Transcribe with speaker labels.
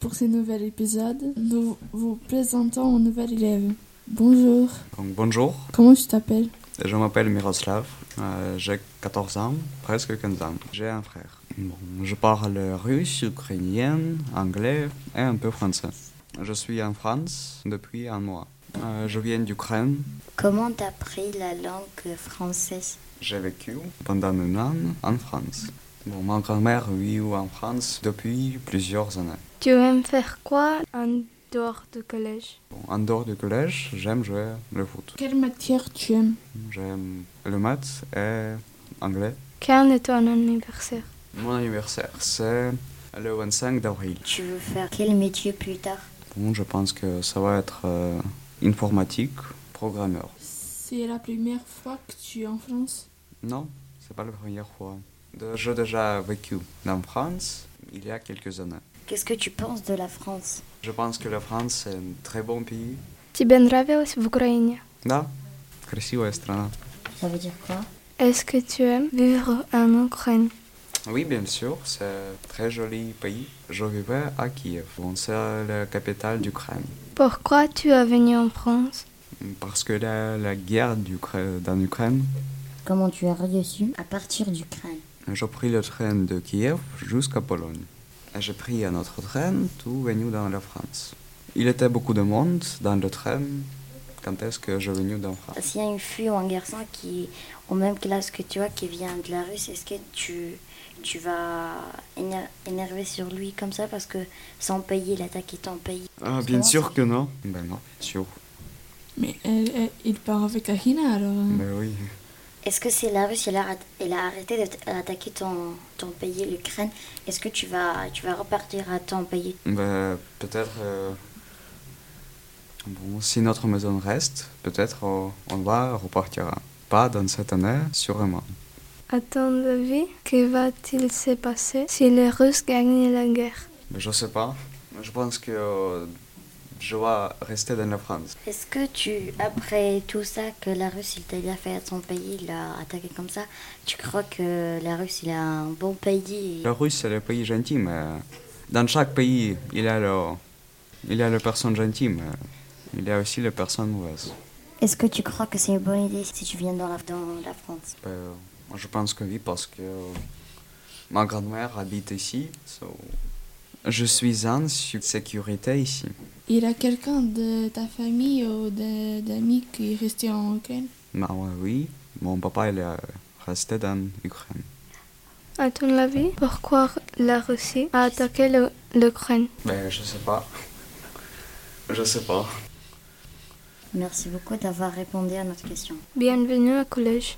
Speaker 1: Pour ce nouvel épisode, nous vous présentons un nouvel élève. Bonjour,
Speaker 2: Donc, bonjour,
Speaker 1: comment tu t'appelles
Speaker 2: je m'appelle Miroslav, euh, j'ai 14 ans, presque 15 ans. J'ai un frère. Bon, je parle russe, ukrainien, anglais et un peu français. Je suis en France depuis un mois. Euh, je viens d'Ukraine.
Speaker 3: Comment t'as appris la langue française
Speaker 2: J'ai vécu pendant un an en France. Bon, ma grand-mère vit en France depuis plusieurs années.
Speaker 4: Tu aimes faire quoi en dehors du collège
Speaker 2: Bon, en dehors du collège, j'aime jouer le foot.
Speaker 1: Quelle matière tu aimes
Speaker 2: J'aime le maths et anglais.
Speaker 4: Quand est ton anniversaire
Speaker 2: Mon anniversaire, c'est le 25 d'avril.
Speaker 3: Tu veux faire quel métier plus tard
Speaker 2: Bon, je pense que ça va être euh, informatique, programmeur.
Speaker 1: C'est la première fois que tu es en France
Speaker 2: Non, c'est pas la première fois. De- J'ai déjà vécu en France il y a quelques années.
Speaker 3: Qu'est-ce que tu penses de la France
Speaker 2: Je pense que la France est un très bon pays.
Speaker 4: Тебе нравилось в Украине
Speaker 2: Да, красивая страна.
Speaker 3: Ça veut dire quoi
Speaker 4: Est-ce que tu aimes vivre en Ukraine
Speaker 2: Oui, bien sûr, c'est un très joli pays. Je vivais à Kiev, bon, c'est la capitale d'Ukraine.
Speaker 4: Pourquoi tu es venu en France
Speaker 2: Parce que la, la guerre d'Ukra- dans l'Ukraine,
Speaker 3: Comment tu as réussi à partir d'Ukraine
Speaker 2: J'ai pris le train de Kiev jusqu'à Pologne. Et J'ai pris un autre train, tout venu dans la France. Il était beaucoup de monde dans le train quand est-ce que je venu dans France.
Speaker 3: S'il y a une fille ou un garçon qui est en même classe que toi, qui vient de la Russie, est-ce que tu, tu vas éner- énerver sur lui comme ça parce que son pays, il attaque ton pays
Speaker 2: Ah, bien sûr que non. Ben non, sûr.
Speaker 1: Mais elle- elle- il part avec Ahina alors. hein.
Speaker 2: Mais Ben oui.
Speaker 3: Est-ce que c'est la Russie, elle a, rat- elle a arrêté d'attaquer ton, ton pays, l'Ukraine Est-ce que tu vas, tu vas repartir à ton pays
Speaker 2: Ben peut-être. euh, Bon, si notre maison reste, peut-être euh, on va repartir. Pas dans cette année, sûrement.
Speaker 4: À ton avis, que va-t-il se passer si les Russes gagnent la guerre
Speaker 2: Mais Ben, je sais pas. Je pense que euh, je vais rester dans la France.
Speaker 3: Est-ce que tu, après tout ça que la Russie il t'a déjà fait à ton pays, il l'a attaqué comme ça, tu crois que la Russie il a un bon pays
Speaker 2: La Russie, c'est le pays gentil, mais euh, dans chaque pays, il y a le, il y a le personne gentille, mais euh, il y a aussi les personnes mauvaises.
Speaker 3: Est-ce que tu crois que c'est une bonne idée si tu viens dans la, dans la France
Speaker 2: Euh, moi, je pense que oui, parce que euh, ma grand-mère habite ici. so, Je suis en su- sécurité ici.
Speaker 1: Il y a quelqu'un de ta famille ou de- d'amis qui est resté en Ukraine
Speaker 2: Bah ouais, oui, mon papa, il est resté dans l'Ukraine.
Speaker 4: À ton avis, pourquoi la Russie a attaqué le- l'Ukraine
Speaker 2: Ben, je sais pas. Je sais pas.
Speaker 3: Merci beaucoup d'avoir répondu à notre question.
Speaker 4: Bienvenue au collège.